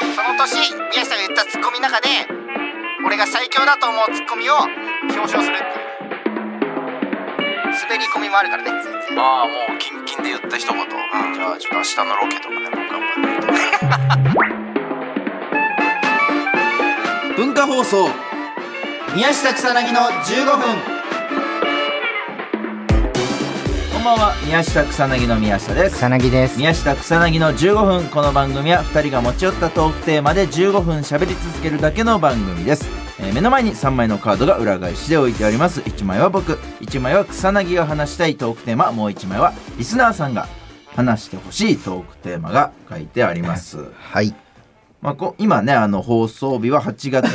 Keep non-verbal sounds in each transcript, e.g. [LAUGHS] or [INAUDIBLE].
今年宮下が言ったツッコミの中で俺が最強だと思うツッコミを表彰するっていう滑り込みもあるからね全然ああもうキンキンで言った一言、じゃあちょっと明日のロケとかね僕頑張って [LAUGHS] 文化放送宮下草薙の15分こんばんは宮下草薙の宮下です草薙です宮下草薙の15分この番組は2人が持ち寄ったトークテーマで15分喋り続けるだけの番組です、えー目の前に3枚のカードが裏返しで置いてあります1枚は僕1枚は草薙が話したいトークテーマもう1枚はリスナーさんが話してほしいトークテーマが書いてありますはいまあこ今ねあの放送日は8月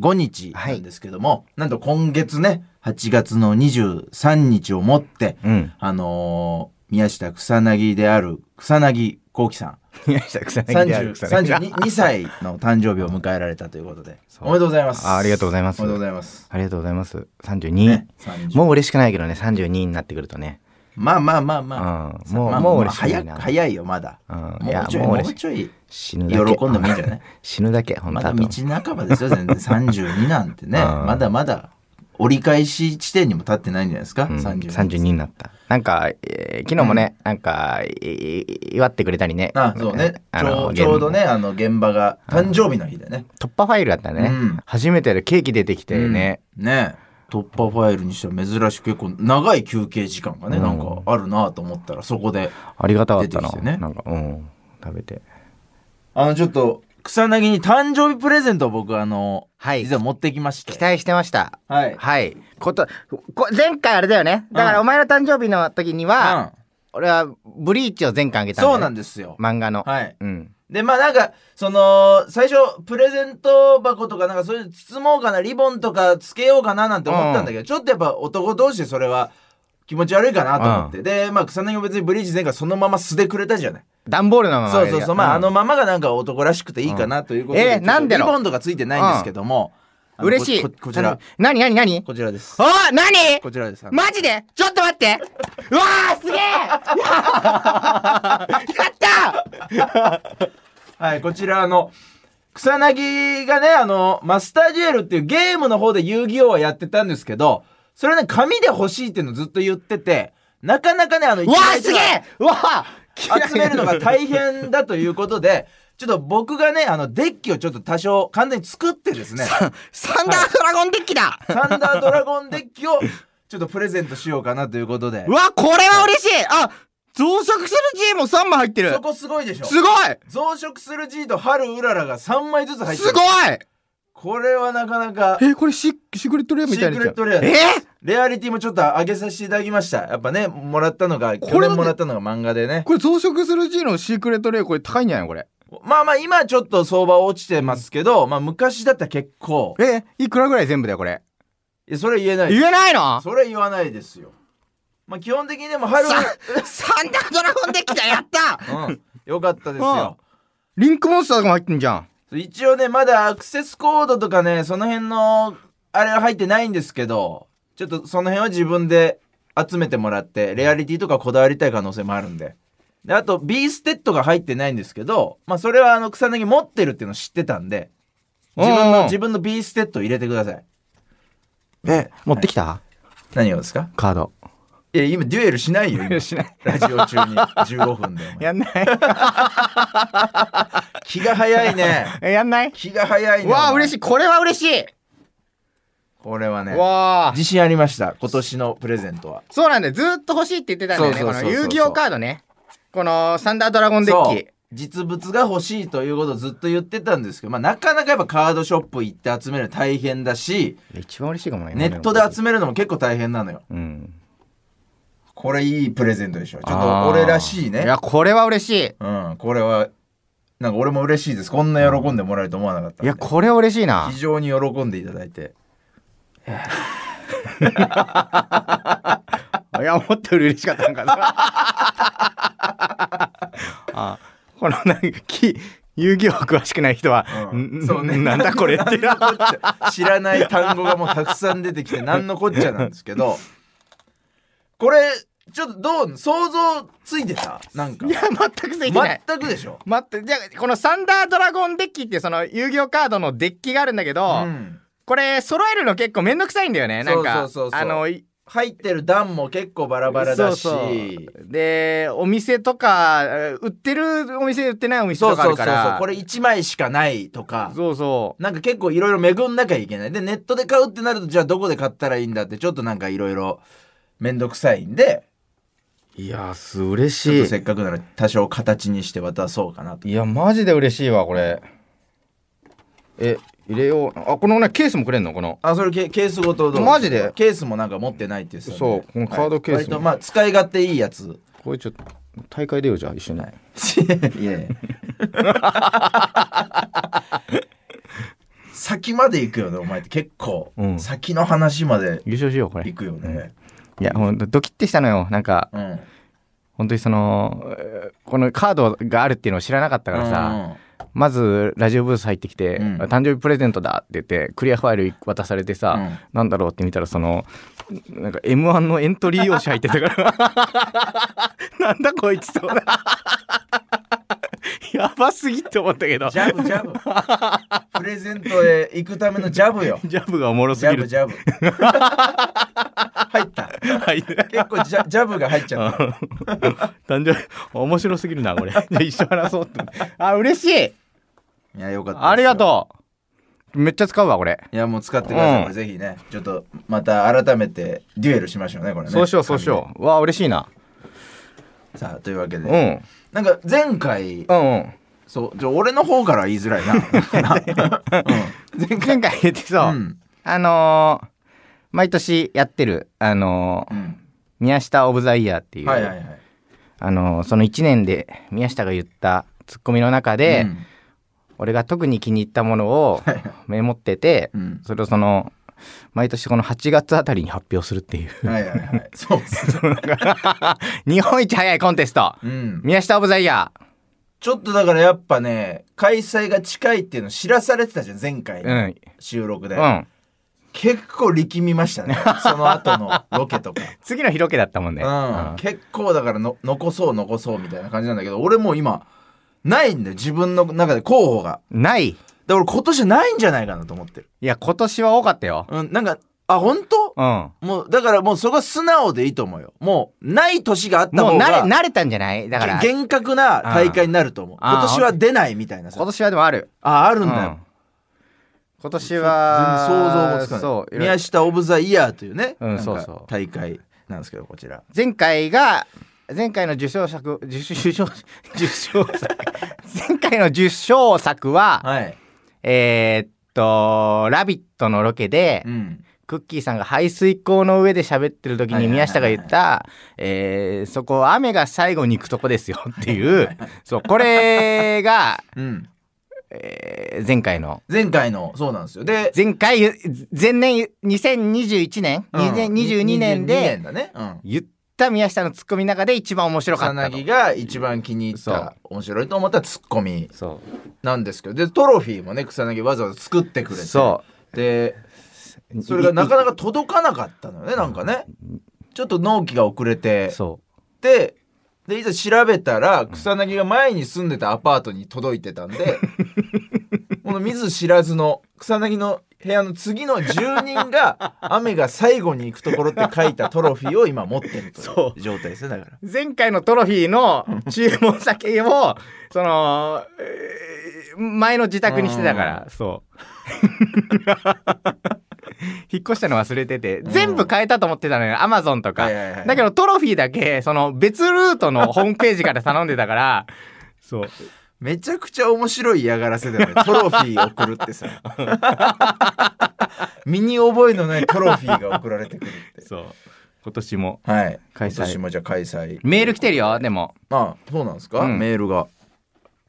25日はいなんですけども、なんと今月ね8月の23日をもって、うんあのー宮下草薙である草薙幸喜さん宮下草薙である30草薙 [LAUGHS] 32歳の誕生日を迎えられたということでおめでとうございますあありがとうございますおめでとうございますありがとうございます32、ね30もう嬉しくないけどね32になってくるとねまあまあまあまあうんもうまあもうまあ俺しな早いなく早いよまだうんもいやうちょいもうも俺うちょい死ぬだけ喜んでもいいんじゃない [LAUGHS] 死ぬだけ本当まだあと道半ばですよ、全然。32なんてね。うんまだまだ折り返し地点にも立ってないんじゃないですか、うん32 32になったなんか、えー昨日もね、なんかいい祝ってくれたりねあそうねあちょのう。ちょうどゲね、あの、現場が誕生日の日でね。ーム突破ファイルだったね、うん初めてでケーキ出てきてね、ね突破ファイルにしては珍しく結構長い休憩時間がね、うんなんかあるなと思ったら、そこで。ありがたかったな出てきてねなんかうん食べてあの、ちょっと、草薙に誕生日プレゼントを僕、あの、はい実は持ってきまして。期待してましたはい。はいことこ前回あれだよねだかうんらお前の誕生日の時には、うん俺はブリーチを前回あげたんだよそうなんですよ。漫画の、はい。うんでまあなんかその最初プレゼント箱とかなんかそういうの包もうかなリボンとかつけようかななんて思ったんだけど、ちょっとやっぱ男同士でそれは気持ち悪いかなと思って、でまあ草薙も別にブリーチ前回そのまま素でくれたじゃない、段ボールのままあそげうるそうよそうまあ、あんのままがなんか男らしくていいかなということで、うんえーなんでリのボンとかついてないんですけども、あの嬉しいこここちら何何何こちらですおー何こちらですあのマジでちょっと待ってうわー [LAUGHS] すげえやったはい、こちらあの、草薙がね、あの、マスターデュエルっていうゲームの方で遊戯王はやってたんですけど、それね、紙で欲しいっていうのをずっと言ってて、なかなかね、あの、うわー一枚すげえうわー集めるのが大変だということで、ちょっと僕がね、あの、デッキをちょっと多少完全に作ってですね、 [LAUGHS] サンダードラゴンデッキだ、サンダードラゴンデッキをちょっとプレゼントしようかなということでう、わこれは嬉しいあ増殖する G も3枚入ってるそこすごいでしょすごい増殖する G と春うららが3枚ずつ入ってるすごいこれはなかなかえこれシシークレットレアみたいなやつシークレットレアえレアリティもちょっと上げさせていただきました。やっぱね、もらったのが、こ去れだって年もらったのが漫画でね。これ増殖する G のシークレットレアこれ高いんじゃないこれまあまあ、今ちょっと相場落ちてますけど、まあ昔だったら結構。えいくらぐらい全部だよこれいやそれ言えないです。言えないのそれ言わないですよ。まあ基本的にでも春、サンダードラゴンデッキだやったうん、よかったですよ。リンクモンスターとかも入ってんじゃん一応ね、まだアクセスコードとかね、その辺の、あれは入ってないんですけど、ちょっとその辺は自分で集めてもらって、レアリティとかこだわりたい可能性もあるんで。で、あと、B ステッドが入ってないんですけど、まあ、それはあの、草薙持ってるっていうの知ってたんで、自分うんうんの、自分の B ステッド入れてください。え、持ってきた、何をですかカードいや、今、デュエルしないよ、今しないラジオ中 [LAUGHS] に15分で。お前やんない [LAUGHS] 気が早いね。やんない気が早いね。わあ嬉しい。しいこれは嬉しいこれはね、わあ自信ありました、今年のプレゼントは。そうなんだよずーっと欲しいって言ってたんだよねそうそうそうそうこの遊戯王カードねこのサンダードラゴンデそッうキ実物が欲しいということをずっと言ってたんですけど、まあ、なかなかやっぱカードショップ行って集めるの大変だし一番嬉しいかもねネットで集めるのも結構大変なのようんこれいいプレゼントでしょちょっと俺らしいいねやこれは嬉しいうんこれはなんか俺も嬉しいですこんな喜んでもらえると思わなかったんいでやこれは嬉しいな非常に喜んでいただいていや思ったより嬉しかったんか [LAUGHS] なあこのなんかき遊戯王詳しくない人は、うんんそうねなんだこれってなこっちゃ知らない単語がもうたくさん出てきて何のこっちゃなんですけどこれちょっとどう想像ついてたなんかいや全くついてない全くでしょ、待ってじゃあこのサンダードラゴンデッキってその遊戯王カードのデッキがあるんだけど、うん、これ揃えるの結構めんどくさいんだよねなんかそうそうそうそうあのい入ってる段も結構バラバラだしそうそうでお店とかえー売ってるお店売ってないお店そとうかあそうそるうそかうらこれ1枚しかないとかそうそうなんか結構いろいろ巡んなきゃいけないでネットで買うってなるとじゃあどこで買ったらいいんだってちょっとなんかいろいろ面倒くさいんでいやす嬉ちょっしとせっかくなら多少形にして渡そうかなといいやマジで嬉しいわこれえ入れようあこのねケースもくれんのこのあそれケケースごとどうマジでケースもなんか持ってないっていうさそうこのカードケース割ともまあ使い勝手いいやつこれちょっと大会出ようじゃあ一緒に、 [LAUGHS] いやいや [LAUGHS] 先まで行くよねお前って結構、うん先の話まで優勝しようこれ行くよねいやほんとドキッてしたのよなんかうんだ本当にそのえーこのカードがあるっていうのを知らなかったからさ、まずラジオブース入ってきて、うん誕生日プレゼントだって言ってクリアファイル渡されてさ、うんなんだろうって見たらそのなんか m 1のエントリー用紙入ってたから [LAUGHS] なんだこいつと [LAUGHS] やばすぎって思ったけどジャブジャブプレゼントへ行くためのジャブよジャブがおもろすジャぎブるジャブ入ったはい結構ジャジャブが入っちゃった誕生日面白すぎるなこ [LAUGHS] れじゃあ一緒に話そうってあ嬉しいいやよかったですよありがとうめっちゃ使うわこれいやもう使ってください、うんこれぜひねちょっとまた改めてデュエルしましょうねこれねそうしようそうしよううわ嬉しいなうさあというわけで、うんなんか前回うんうんそうちょ俺の方からは言いづら [LAUGHS] いな、うん、前前回言ってそう、うんあのー毎年やってる、あのーうん宮下オブザイヤーっていう、はいはいはいあのーその1年で宮下が言ったツッコミの中で、うん俺が特に気に入ったものをはいメモってて、うんそれをその毎年この8月あたりに発表するっていう [LAUGHS] はいはいはいそうっ [LAUGHS] すね日本一早いコンテストうん宮下オブザイヤちょっとだからやっぱね開催が近いっていうの知らされてたじゃん前回ーうん収録で、うん結構力みま [LAUGHS] したねその後のロケとか、次の広家だったもんね、 [LAUGHS] うん結構だからの残そう残そうみたいな感じなんだけど俺もう今ないんだよ自分の中で候補がうんないいだから俺今年ないんじゃないかなと思ってる、や今年は多かったようん、なんかあ本当うんもうだからもうそこは素直でいいと思うよもうない年があったもう方が慣れ慣れたんじゃないだからげ厳格な大会になると思うあー今年は出ないみたいなさ今年はでもあるああるんだよ、うん今年は全然想像もつかないそういろいろ宮下オブザイヤーというね、うんなんかそうそう大会なんですけどこちら前回が前回の受賞作受賞受賞 [LAUGHS] 受賞作前回の受賞作は、はい、えーっと「ラビット!」のロケで、うん、クッキーさんが排水溝の上で喋ってる時はいにはいはい宮下が言った「えーそこ雨が最後に行くとこですよ」っていうそうこれが、うん、えー前回の前回のそうなんですよで、前回前年2021年、うん2022年22で年だね、うん、言った宮下のツッコミの中で一番面白か草ったと薙が一番気に入っそうた面白いと思ったツッコミそなんですけどでトロフィーもね草薙わざわざ作ってうくれてそうでそれがなかなか届かなかったのよねなんかねちょっと納期が遅れうてそででいざ調べたら草薙が前に住んでたアパートに届いてたん [LAUGHS] でこの見ず知らずの草薙の部屋の次の住 [LAUGHS] 人が「雨が最後に行くところ」って書いたトロフィーを今持ってるとそいう状態ですねだから。う前回のトロフィーの注文先をその、えー前の自宅にしてたからそう [LAUGHS] 引っ越したの忘れててん全部変えたと思ってたのよアマゾンとかはいはいはいだけどトロフィーだけその別ルートのホームページから頼んでたからそうめちゃくちゃ面白い嫌がらせだよねトロフィー送るって [LAUGHS] さ身に覚えのないトロフィーが送られてくるってそう今年もはい開催今年もじゃあ開催メール来てるよでもあそうなんですか、うんメールが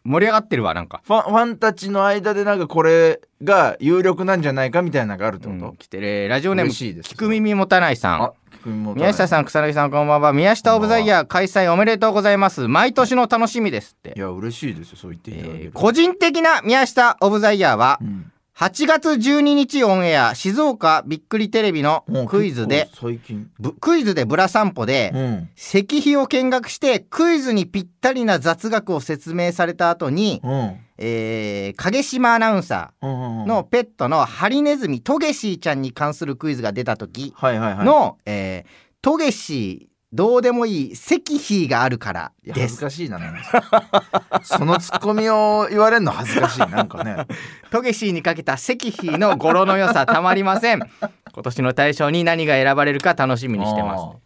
盛り上がってるわなんか、ファンファンたちの間でなんかこれが有力なんじゃないかみたいなのがあるってうこんと、来てるラジオネーム嬉しいです聞く耳持たないさんあ君も宮下んさん草薙さんこんばんは宮下オブザイヤー開催おめでとうございます毎年の楽しみですっていや嬉しいですよそう言っていただけえるー、個人的な宮下オブザイヤーはうん8月12日オンエア静岡びっくりテレビのもうクイズで結構最近ぶクイズでブラ散歩で、うん石碑を見学してクイズにぴったりな雑学を説明された後に、うんえー、影島アナウンサうんうーんのペットのハリネズミトゲシーちゃんに関するクイズが出た時はいはいはいの、えートゲシーどうでもいい石碑があるからいやで恥ずすかしいななんかそのツッコミを言われるの恥ずかしいなん [LAUGHS] かねトゲシーにかけた石碑の語呂の良さたまりま [LAUGHS] せん今年の大賞に何が選ばれるか楽しみにしてますあーこ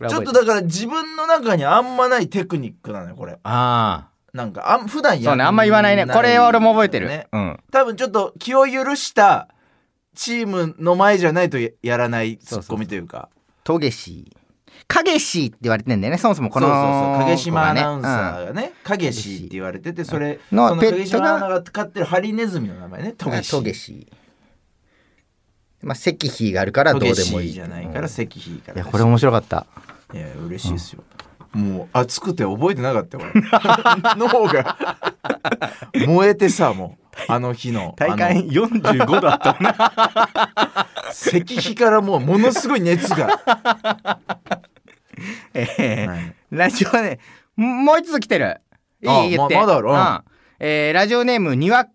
れちはょっ覚えてとだから自分の中にあんまないテクニックなのよこれあなんかあん普段あやそうねあんま言わないねこれは俺も覚えてる、ねうん多分ちょっと気を許したチームの前じゃないとややらないツッコミというかトゲシー影シーって言われてんだよねそもそもこのそうそうそう影島アナウンサうんーがね影氏って言われててそれのそのペットが影島アナが飼ってるハリネズミの名前ねトゲシトゲシまあ石碑があるからどうでもいいじゃないから石碑かいらやこれ面白かったいや嬉しいですよ、もう熱くて覚えてなかったよ俺 [LAUGHS] 脳が燃えてさもうあの日の体感45だったなあの石碑からもうものすごい熱 [LAUGHS] が、 [LAUGHS] ええはいラジオねもう一つ来てるいあい言ってままだあるうんうんえーラジオネームにわ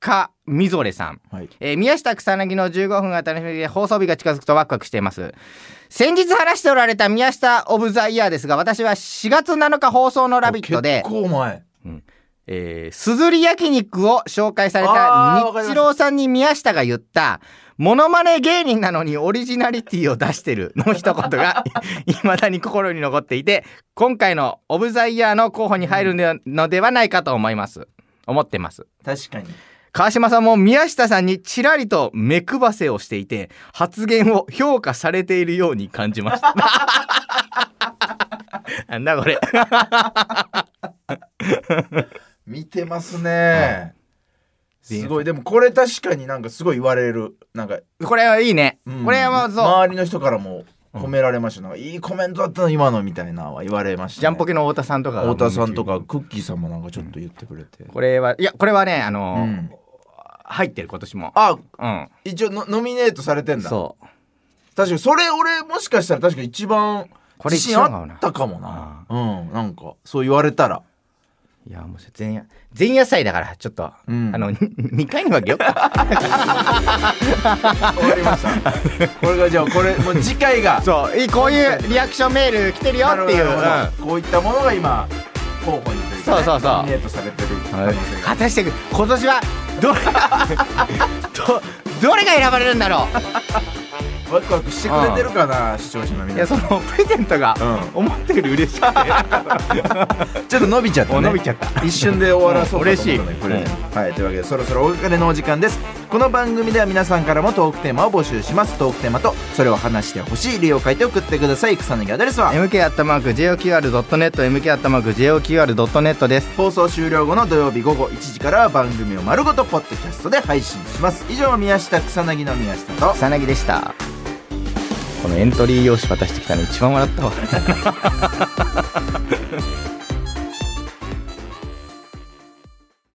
かみぞれさんはい、えー宮下草薙の15分が楽しみで放送日が近づくとワクワクしています先日話しておられた宮下オブザイヤーですが私は4月7日放送の「ラビット!」で結構前えーすずり焼肉を紹介されあーたわかります日郎さんに宮下が言ったモノマネ芸人なのにオリジナリティを出してるの一言 [LAUGHS] がいまだに心に残っていて今回のオブザイヤーの候補に入るのではのではないかと思います思ってます確かに川島さんも宮下さんにちらりと目配せをしていて発言を評価されているように感じました [LAUGHS] なんだこれ見てますね、すごいでもこれ確かになんかすごい言われるなんか、これはいいね、うんこれはもうそう、周りの人からも褒められました、なんかいいコメントだったの今のみたいなは言われました、ね、ジャンポケの太田さんとかが太田さんとかクッキーさんもなんかちょっと言ってくれて、これはいやこれはねあのーうん入ってる今年もあうん一応のノミネートされてんだそう確かにそれ俺もしかしたら確か一番これ自一信番あったかもなうんなんかそう言われ [LAUGHS] たらいやもう前夜前夜祭だからちょっと、うんあの2回に分けよう [LAUGHS] か終わりましたこれがじゃあこれもう次回がそういいこういうリアクションメール来てるよなっるほてどいう、うなるんほどこういったものが今候補にというかねそうそうそうノミネートされてる可能性が果たして今年はど [LAUGHS] れどどれが選ばれるんだろ [LAUGHS] ワクワクしてくれてるかな視聴者のうい皆やさそんのプレゼントがう思ったより嬉しくて、[LAUGHS] ちょっと伸びちゃったねお伸びちゃった [LAUGHS] 一瞬で終わらそうかうん嬉と思ったのしでいこれねはいというわけでそろそろお別れのお時間ですこの番組では皆さんからもトークテーマを募集しますトークテーマとそれを話してほしい理由を書いて送ってください草薙アドレスは MK アットマーク JOQR.net MK アットマーク JOQR.net です放送終了後の土曜日午後1時からは番組を丸ごとポッドキャストで配信します以上宮下草薙の宮下と草薙でしたこのエントリー用紙渡してきたの一番笑ったわ